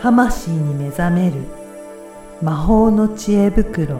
魂に目覚める魔法の知恵袋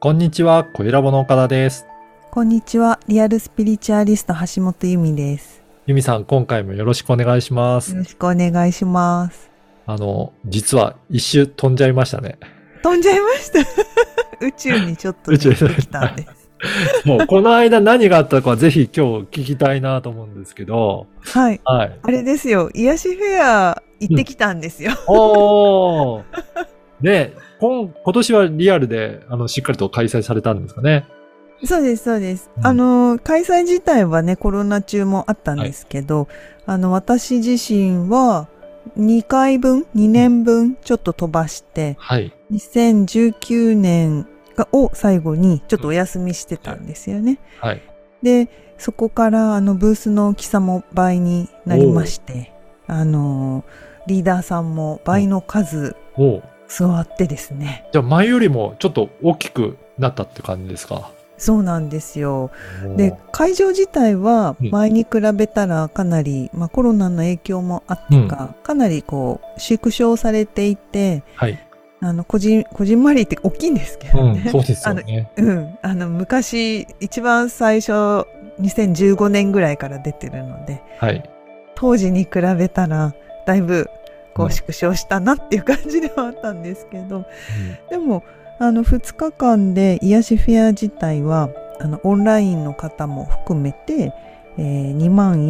こんにちは、小ラボの岡田です。こんにちはリアルスピリチュアリスト橋本由美ですゆみさん、今回もよろしくお願いします。よろしくお願いしますあの、実は一周飛んじゃいましたね。飛んじゃいました 宇宙にちょっと宇宙に出てきたんで もうこの間何があったかはぜひ今日聞きたいなと思うんですけど、はいはい。あれですよ癒しフェア行ってきたんですよ、 おーね今、今年はリアルで、あの、しっかりと開催されたんですかね。そうです、そうです。うんあの、開催自体はね、コロナ中もあったんですけど、あの、私自身は、2回分、2年分、ちょっと飛ばして、はい。 2019年がを最後に、ちょっとお休みしてたんですよね。はい。で、そこから、あの、ブースの大きさも倍になりまして、あの、リーダーさんも倍の数おう座ってですね。じゃあ前よりもちょっと大きくなったって感じですか。そうなんですよ。おーで、会場自体はうん前に比べたらかなり、まあ、コロナの影響もあってか、かなりこう縮小されていて はい。あのこじこじんまりって大きいんですけうどん、ねそ、うですよね。うんあの昔一番最初2015年ぐらいから出てるのではい。当時に比べたらだいぶこううん縮小したなっていう感じではあったんですけど、でもあの2日間で癒しフェア自体はあのオンラインの方も含めて、えー、2万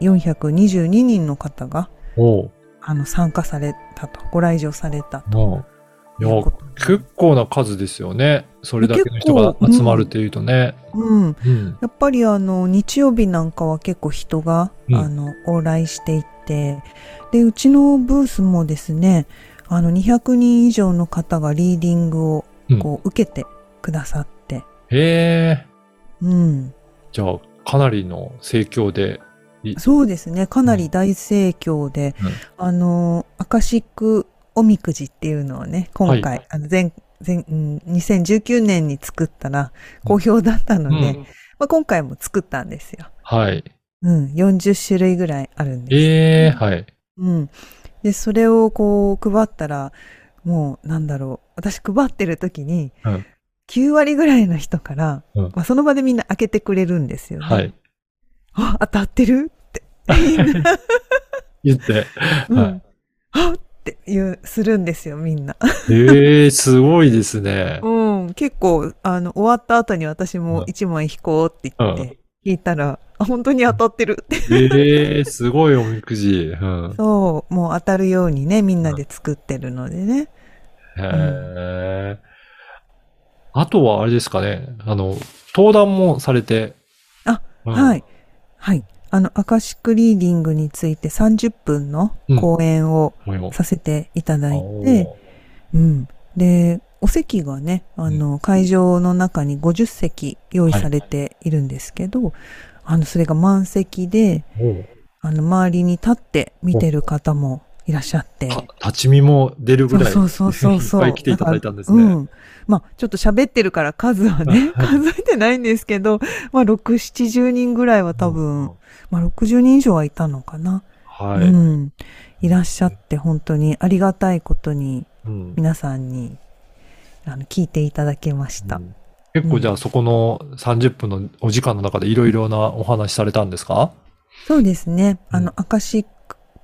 1422人の方がうん、おうあの参加されたとご来場されたもう、といいうやこ、と結構な数ですよね。それだけの人が結構集まるっていうとね。うん、うん。やっぱりあの日曜日なんかは結構人が、うんあの往来していてでうちのブースもですねあの200人以上の方がリーディングをこう受けてくださって、へえ。うん、じゃあ、かなりの盛況で。そうですね。かなり大盛況で、うんあの、アカシックおみくじっていうのをね、今回、はあの前、前、うん2019年に作ったら好評だったので、うんまあ、今回も作ったんですよ。はい。うん、40種類ぐらいあるんです。ええ、はい。うん。で、それをこう配ったら、もうなんだろう、私配ってる時に、うん9割ぐらいの人から、うんまあ、その場でみんな開けてくれるんですよね。はい。あ、当たってる って。言って。うんははっっていう、するんですよ、みんな。い。ええ、すごいですね。うん。結構、あの、終わった後に私うんも一枚引こうって言っうんて、引いたら、あ、本当に当たってるって。ええ、すごいおみくじ。うん。そう、もう当たるようにね、みんなで作ってるのでね。へえ。あとはあれですかね。あの、登壇もされて。あ、うんはい。。はい。あの、アカシックリーディングについて30分のうん講演をもうさせていただいおて、うーん。で、お席がね、あの、会場の中に50席用意されているんですけど、あの、それが満席で、おーあの、周りに立って見てる方もいらっしゃって。た立ち見も出るぐそうらい。そうそうそうそう。いっぱい来ていただいたんですうね。ん。まあ、ちょっと喋ってるから数はね、 はい数えてないんですけど、まあ、6、70人ぐらいは多分、うん。まあ、60人以上はいたのかな。はうい。ん。いらっしゃって、本当にありがたいことに、うん皆さんに、あの、聞いていただきました。うん結構じゃあそこの30分のお時間の中でいろいろなお話されたんですかそうですね。うんあの、アカシッ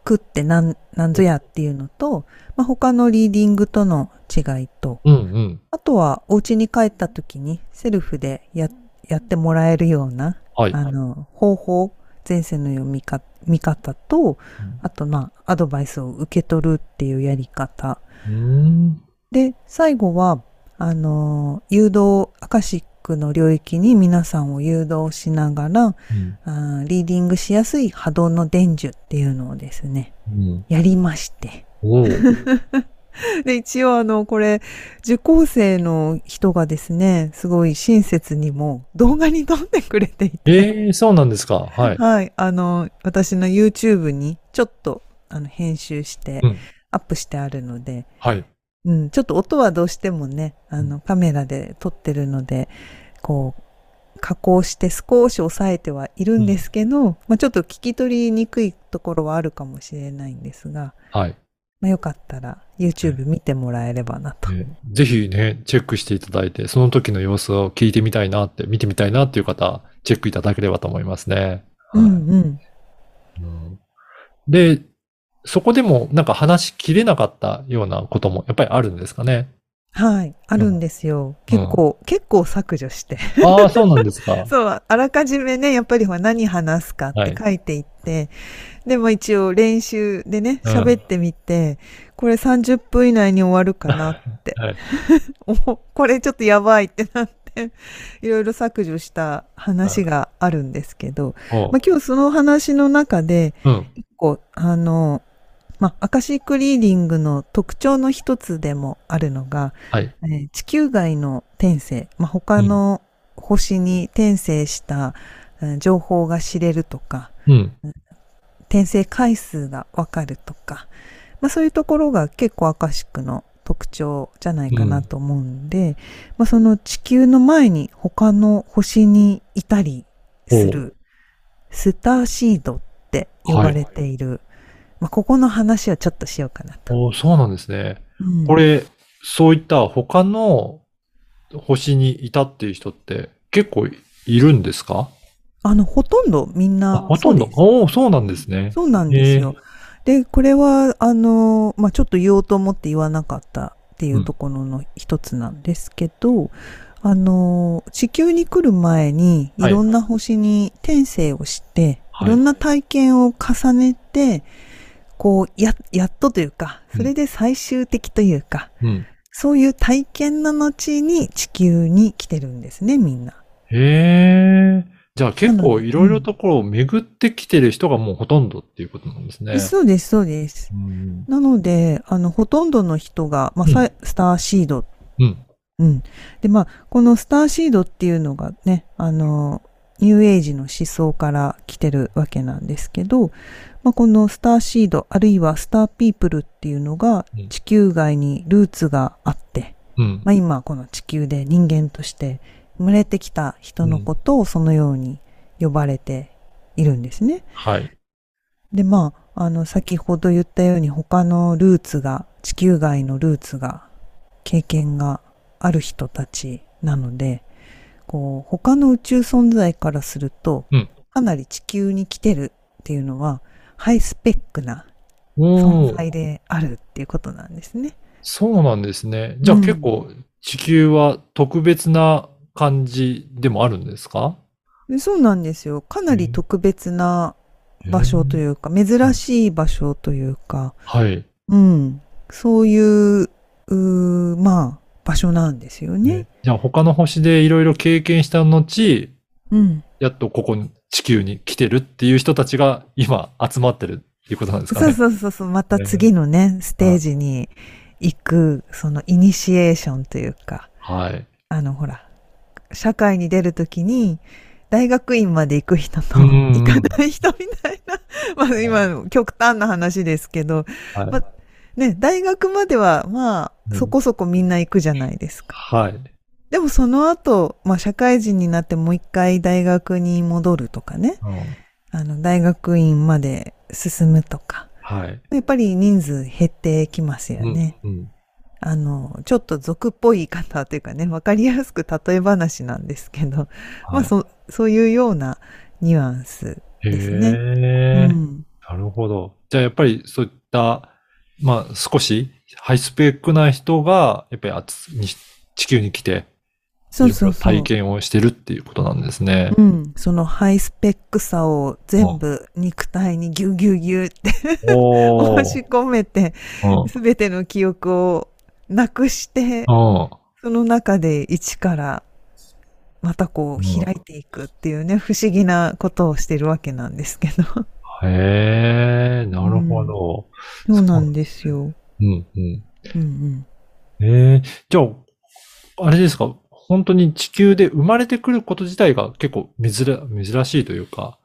クってなん、なんぞやっていうのと、まあ、他のリーディングとの違いと、うんうん。あとはお家に帰った時にセルフでや、やってもらえるような、はい。あの、方法、前世の読みか見方と、あと、まあ、アドバイスを受け取るっていうやり方。うん。で、最後は、あの、誘導、アカシックの領域に皆さんを誘導しながら、うんあーリーディングしやすい波動の伝授っていうのをですね、うんやりまして。 おうで、一応あの、これ、受講生の人がですね、すごい親切にも動画に撮ってくれていて、ええ、そうなんですか。はい。はい、あの、私の YouTube にちょっと、あの、編集してうん、アップしてあるので、はい。うん、ちょっと音はどうしてもね、あの、カメラで撮ってるので、こう、加工して少し抑えてはいるんですけど、まあちょっと聞き取りにくいところはあるかもしれないんですが、はい。まあよかったら YouTube 見てもらえればなと。ねぜひね、チェックしていただいて、その時の様子を聞いてみたいなって、見てみたいなっていう方、チェックいただければと思いますね。うはいんうん。うんで、そこでもなんか話しきれなかったようなこともやっぱりあるんですか ね。はい。あるんですよ。結構、結構削除して。ああ、そうなんですか。そう、あらかじめね、やっぱりほら何話すかって書いていって、でも一応練習でね、うん喋ってみて、これ30分以内に終わるかなって、 はい おこれちょっとやばいってなって、いろいろ削除した話があるんですけど、おうまあ、今日 その話の中で、うん。こう、あの、まあ、アカシックリーディングの特徴の一つでもあるのが、はい。えー地球外の転生、まあ、他の星に転生した、えー情報が知れるとか、うん。転生回数がわかるとか、まあ、そういうところが結構アカシックの特徴じゃないかなと思うんで、まあ、その地球の前に他の星にいたりするスターシードって呼ばれている、まあ、ここの話をちょっとしようかなと。おうそうなんですね。うんこれ、そういった他の星にいたっていう人って結構いるんですかあのほとんどみんあなほとんそうどで。すおおそうなんですね。そうなんですよ。で、これは、あの、まあ、ちょっと言おうと思って言わなかったっていうところの一つなんですけど、あの、地球に来る前に、いはいろんな星に転生をして、はいい、ろんな体験を重ねて、こう、や、やっとというか、それで最終的というか、うん。そういう体験の後に地球に来てるんですね、みんな。へえ。じゃあ結構いろいろところを巡ってきてる人がもうほとんどっていうことなんですね。そうです、そうです。うん。なので、あの、ほとんどの人が、まあ、さスターシードうん。うん。で、まあ、このスターシードっていうのがね、あの、ニューエイジの思想から来てるわけなんですけど、まあ、このスターシード、あるいはスターピープルっていうのがうん地球外にルーツがあって、うん。まあ、今この地球で人間として生まれてきた人のことをそのように呼ばれているんですね。はい。で、まあ、あの、先ほど言ったように他のルーツが、地球外のルーツが、経験がある人たちなので、こう、他の宇宙存在からすると、うんかなり地球に来てるっていうのは、ハイスペックなお存お。在であるっていうことなんですね。そうなんですね。じゃあうん結構地球は特別な感じでもあるんですかでそうなんですよ。かなり特別な場所とう。いうか、珍しい場所というか、はい。うん、そういう、うーまあ、場所なんですよね。じゃあ他の星でいろいろ経験した後、うん。やっとここに地球に来てるっていう人たちが今集まってるっていうことなんですかね。そうそうそうそう、また次のね、ステージに行く、そのイニシエーションというか、はい。あの、ほら、社会に出るときに、大学院まで行く人とうんうんう行んかない人みたいな、 まあ今の極端な話ですけど、はい。まね、大学まではまうあんそこそこみんな行くじゃないですか。はい。でもその後、まあ社会人になってもう一回大学に戻るとかね、うんあの大学院まで進むとか、はい。やっぱり人数減ってきますよね。うんうんあの、ちょっと俗っぽい言い方というかね、わかりやすく例え話なんですけど、まはいあそ、そういうようなニュアンス。ですねへーうんなるほど。じゃあやっぱりそういった、まあ少しハイスペックな人が、やっぱりあつに地球に来て、そうそういそろいろう体。験をしてるっていうことなんですね。うん、そのハイスペックさを全部肉体にギュギュギュって お押し込めて、うんすべての記憶をなくして、うんその中で一からまたこうんう開いていくっていうね、不思議なことをしてるわけなんですけど。へえ、なるほど。そうなんですよ。うん、うん。うんうん。ええ、じゃあ、あれですか、本当に地球で生まれてくること自体が結構珍珍しいというか、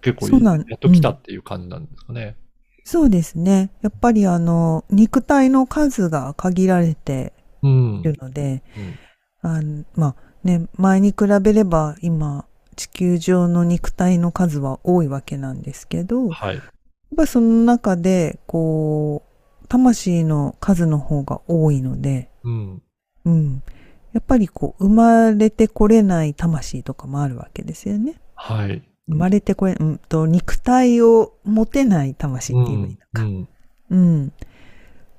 結構そうなんやっと来たっていう感じなんですかね。そうですね。やっぱりあの、肉体の数が限られてうんい。るので、あのまあね、前に比べれば今、地球上の肉体の数は多いわけなんですけど、うんやっはい。ぱりその中で、こう、魂の数の方が多いので、うん。うん。やっぱりこう、生まれてこれない魂とかもあるわけですよね。はい。生まれてこれ、うんと、肉体を持てない魂っていうのか。うんうんうん。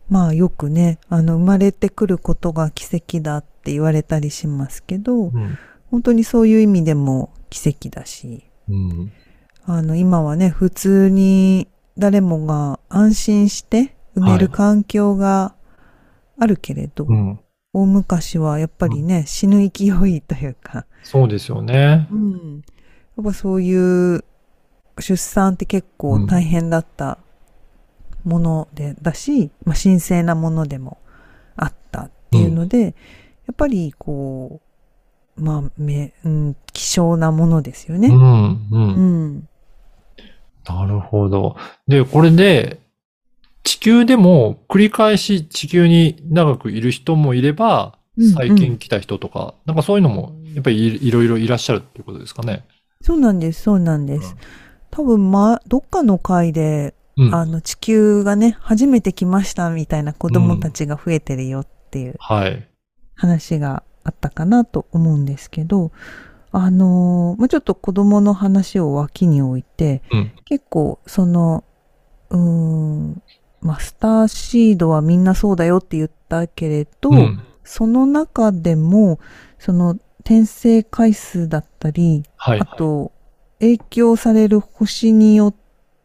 まあよくね、あの、生まれてくることが奇跡だって言われたりしますけど、うん本当にそういう意味でも奇跡だし、うん。あの、今はね、普通に誰もが安心して埋めるはい環境があるけれど、うん。大昔はやっぱりね、死ぬ勢いというか、そうですよね。うん。やっぱそういう出産って結構大変だったもので、だし、まあ、神聖なものでもあったっていうので、やっぱりこう、まあ、め、うん、希少なものですようね。ん。う。うんん。なるほど。で、これで、地球でも繰り返し地球に長くいる人もいればうんうん、最近来た人とか、なんかそういうのも、やっぱりいいろいろいらっしゃるっていうことですかね。そうなんです、そうなんです。多分、ま、どっかの回で、うん。あはの、地球がね、初めて来ましたみたいな子供たちが増えてるよっていうい。話があったかなと思うんですけど、あのーまあ、ちょっと子供の話を脇に置いて、うん結構その、うーん、マスターシードはみんなそうだよって言ったけれど、うん。その中でも、その転生回数だったり、はい。あと、影響される星によっ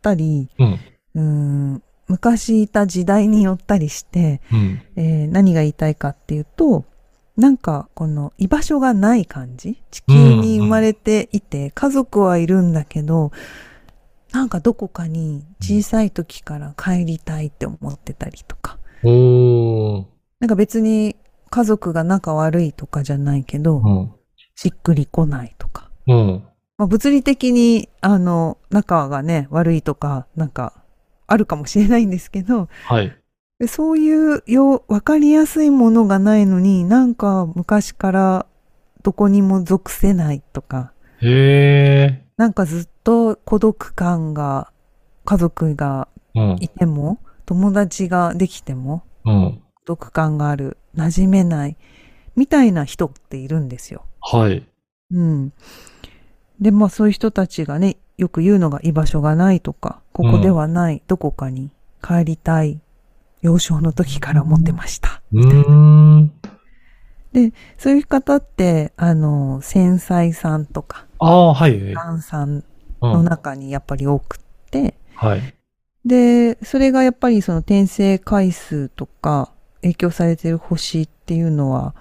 たり、うん。うーん、昔いた時代によったりして、うん。えー何が言いたいかっていうと、なんかこの居場所がない感じ地球に生まれていて、家族はいるんだけど、なんかどこかに小さい時から帰りたいって思ってたりとか、おー。なんか別に家族が仲悪いとかじゃないけど、うん。しっくりこないとか、うん。まあ、物理的にあの仲がね悪いとかなんかあるかもしれないんですけど、はい。でそういうよ、わかりやすいものがないのに、なんか昔からどこにも属せないとか、へなんかずっと孤独感が、家族がー。うん。いても、友達ができても、うん。孤独感がある、馴染めない、みたいな人っているんですよ。はい。うん。で、まあそういう人たちがね、よく言うのが居場所がないとか、ここではない、どこかに帰りたい、幼少の時から思ってました。うーん。そういう方って、あの、繊細さんとか、ああ、はい。うん。ガンさんのは中にやっぱり多くって、い。で、それがやっぱりその転生回数とか、影響されてる星っていうのは、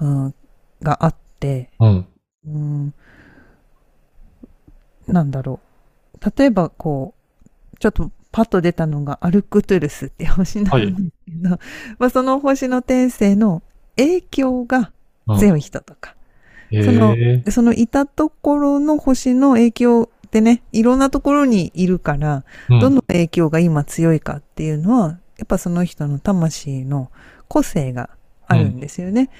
うん、があって、うん。うん、なんだろう。例えばこう、ちょっとパッと出たのがアルクトゥルスっていう星なんですけど、 まあその星の転生の影響がうん強い人とか、へそのー。そのいたところの星の影響ってね、いろんなところにいるから、うんどの影響が今強いかっていうのは、やっぱその人の魂の個性があるんですよね。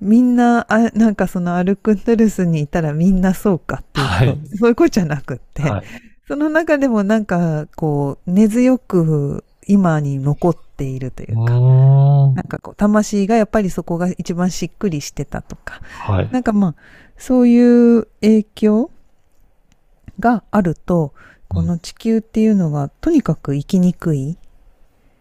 みんな、あなんかそのアルクントゥルスにいたらみんなそうかっていうと、はそういうことじゃなくって、はいその中でもなんかこう根強く今に残っているというか、うーんなんかこう魂がやっぱりそこが一番しっくりしてたとか、はい。なんかまあ、そういう影響があると、この地球っていうのがとにかく生きにくい。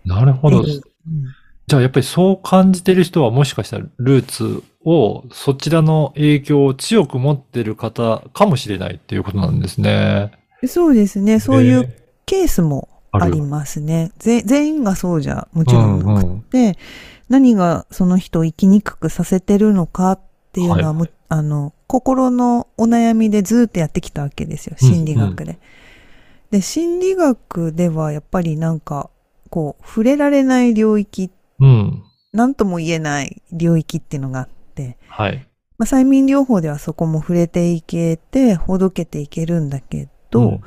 なるほど。っていじううんゃあ、やっぱりそう感じてる人は、もしかしたらルーツを、そちらの影響を強く持ってる方かもしれないっていうことなんですね。そうですね。そういへうーケースもありまますね。ぜ全員がそうじゃもうちろんんうなくん。て、何がその人を生きにくくさせてるのかっていうのはもう、あの、心のお悩みでずっとやってきたわけですよ。うん心理学で。で、心理学ではやっぱりなんか、こう、触れられない領域ってうん。何とも言えない領域っていうのがあって、はい。まあ、催眠療法ではそこも触れていけて、ほどけていけるんだけど、うん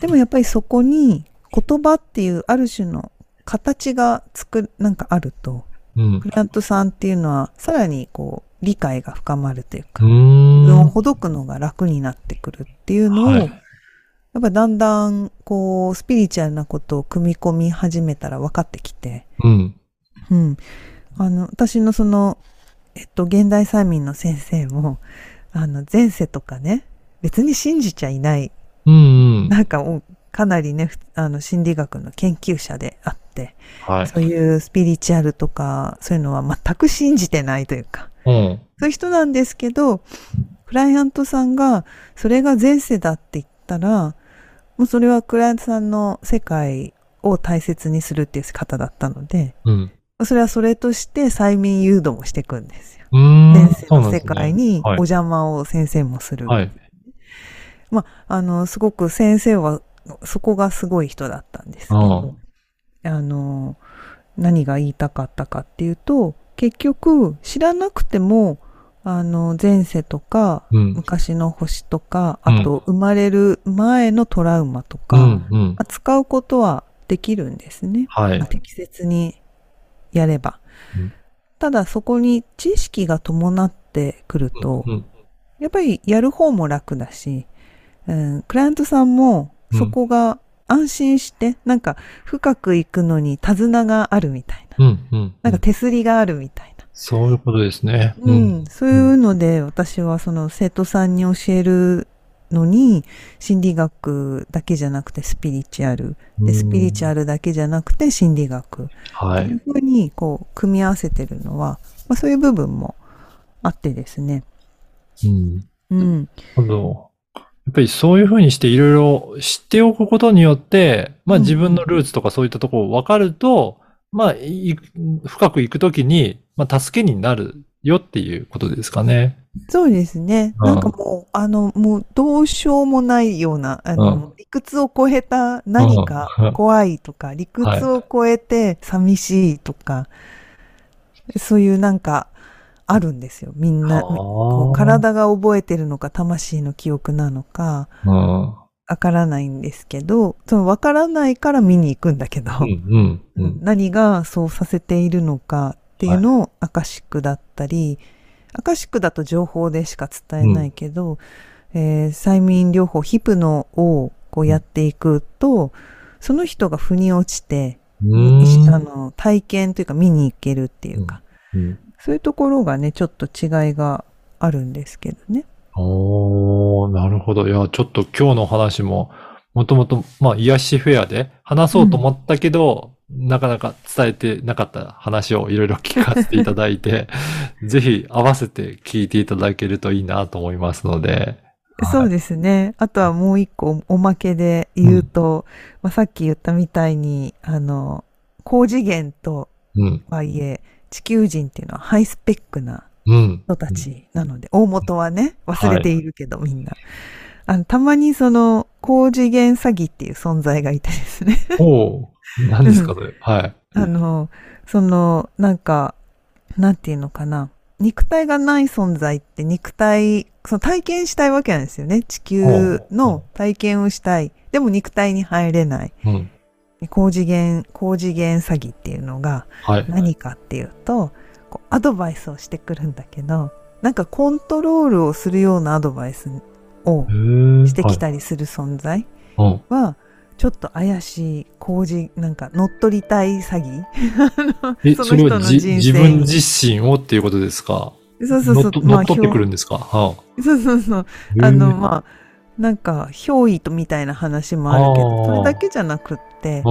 でもやっぱりそこに、言葉っていうある種の形が作る、なんかあると、うん。クライアントさんっていうのは、さらにこう、理解が深まるといううか、自分ーをん。ほどくのが楽になってくるっていうのを、はいやっぱだんだん、こう、スピリチュアルなことを組み込み始めたら分かってきて、うん。うん。あの、私のその、えっと、現代催眠の先生も、 あの、前世とかね、別に信じちゃいない、うん。うんなんかお、かなりね、ふあの、心理学の研究者であって、はい。そういうスピリチュアルとか、そういうのは全く信じてないというか、うん。そういう人なんですけど、クライアントさんが、それが前世だって言ったら、もうそれはクライアントさんの世界を大切にするっていう方だったので、うん。それはそれとして催眠誘導もしていくんですよ。うーん。先生の世界におはい。邪魔を先生もする。はい。まあ、あの、すごく先生は、そこがすごい人だったんですけど、あの、何が言いたかったかっていうと、結局、知らなくても、あの、前世とか、うん。昔の星とか、うんあと、生まれる前のトラウマとうか、ん。うん。扱うことはできるんですね。はい。適切にやれば、うんただそこに知識が伴ってくると、うん。やっぱりやる方も楽だし、うん、クライアントさんもそこが安心して、なんか深く行くのに手綱があるみたいな、うん。うん。なんか手すりがあるみたいな、そういうことですね。うん。そういうので私はその生徒さんに教えるのに心理学だけじゃなくてスピリチュアルでスピリチュアアルだけじゃなくて心理学ル。はそうい。いうふうにこう組み合わせてるのは、まあ、そういう部分もあってですね。うん。うん。あの、やっぱりそういうふうにしていろいろ知っておくことによって、まあうん自分のルーツとかそういったところを分かると、まあ、い深くいくときに、まあ、助けになるよっていうことですかね。そうですね。うんなんかもう、あの、もうどうしようもないような、あうの、理屈を超えた何かうん怖いとか、理屈を超えて寂しいとか、そういうなんかあるんですよ。みんな。こう体が覚えてるのか、魂の記憶なのか、うん。わからないんですけど、そのわからないから見に行くんだけど、うん。うん。うん。何がそうさせているのかっていうのをアカシックだったり、アカシックだと情報でしか伝えないけど、えー催眠療法、ヒプノをこうやっていくと、その人が腑に落ちて、うあの体験というか見に行けるっていうか、ん。そういうところがね、ちょっと違いがあるんですけどね。おー、なるほど。いや、ちょっと今日の話も、もともと、まあ、癒しフェアで話そうと思ったけど、なかなか伝えてなかった話をいろいろ聞かせていただ いて、ぜひ合わせて聞いていただけるといいなと思いますので。はいそうですね。あとはもう一個おまけで言うと、まあ、さっき言ったみたいに、あの、高次元とうん、とはいえ、地球人っていうのはハイスペックなうん。人たちなので、大元はね、忘れているけど、みんな。あの、たまにその、高次元詐欺っていう存在がいてですね。おー、何ですかそれ。はい。あの、その、なんか、なんていうのかな。肉体がない存在って肉体、その体験したいわけなんですよね。地球の体験をしたい。でも肉体に入れない。うん。高次元、高次元詐欺っていうのが、はい。何かっていうとこうアドバイスをしてくるんだけどなんかコントロールをするようなアドバイスをしてきた。たりする存在はいうんはちょっと怪しい工事なんか乗っ取りたい詐欺 あえ、のそそのれ人はのじ人生自分自身をっていうことですかそうそうそ乗うっとま乗あっ取ってくる憑んですかはそうそうそういあのへーまあなんか憑依とみたいな話もあるけどあーそれだけじゃなくってう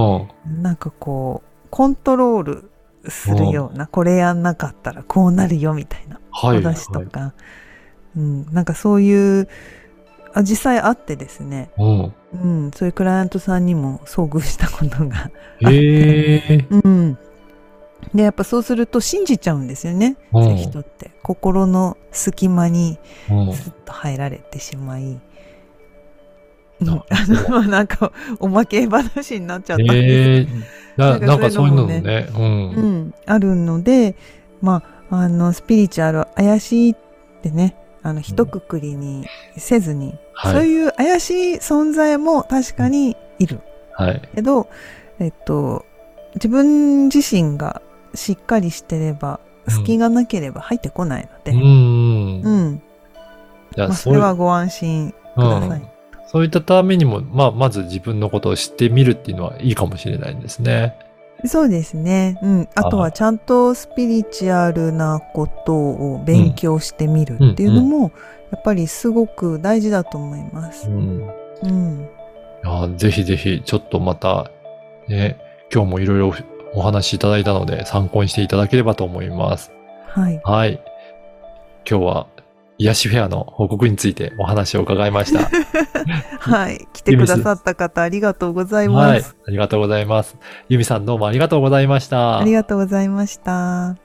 ん。なんかこうコントロールするようなこれやんなかったらこうなるよみたいなはい。お出汁とか、うん、なんかそういうあ実際あってですね、はいうん。うん、そういうクライアントさんにも遭遇したことが、へ え。うん、でやっぱそうすると信じちゃうんですよね、そうういうん人って心の隙間にうんスッと入られてしまい、うん、なあのまあなんかおまけ話になっちゃったんですけええなな、なんんかかそそうういいううののもねね。うど、ん。うん、あるので、まあ、あのスピリチュアル怪しいってねあの一括りにせずに、はそうい。いう怪しい存在も確かにいる。はい。けど、えっと、自分自身がしっかりしてれば、うん隙がなければ入ってこないのうで、ん。ういん。やまあ、それはご安心ください。そういったためにも、まあ、まず自分のことを知ってみるっていうのはいいかもしれないですね。そうですね。うん。あとはちゃんとスピリチュアルなことを勉強してみるっていうのも、やっぱりすごく大事だと思いますう。ん。いうん。やぜひぜひ、ちょっとまた、ね、今日もいろいろお話しいただいたので、参考にしていただければと思います。はい。はい。今日は、癒しフェアの報告についてお話を伺いました。はい。来てくださった方、ありがとうございます。はい。ありがとうございます。ゆみさんどうもありがとうございました。ありがとうございました。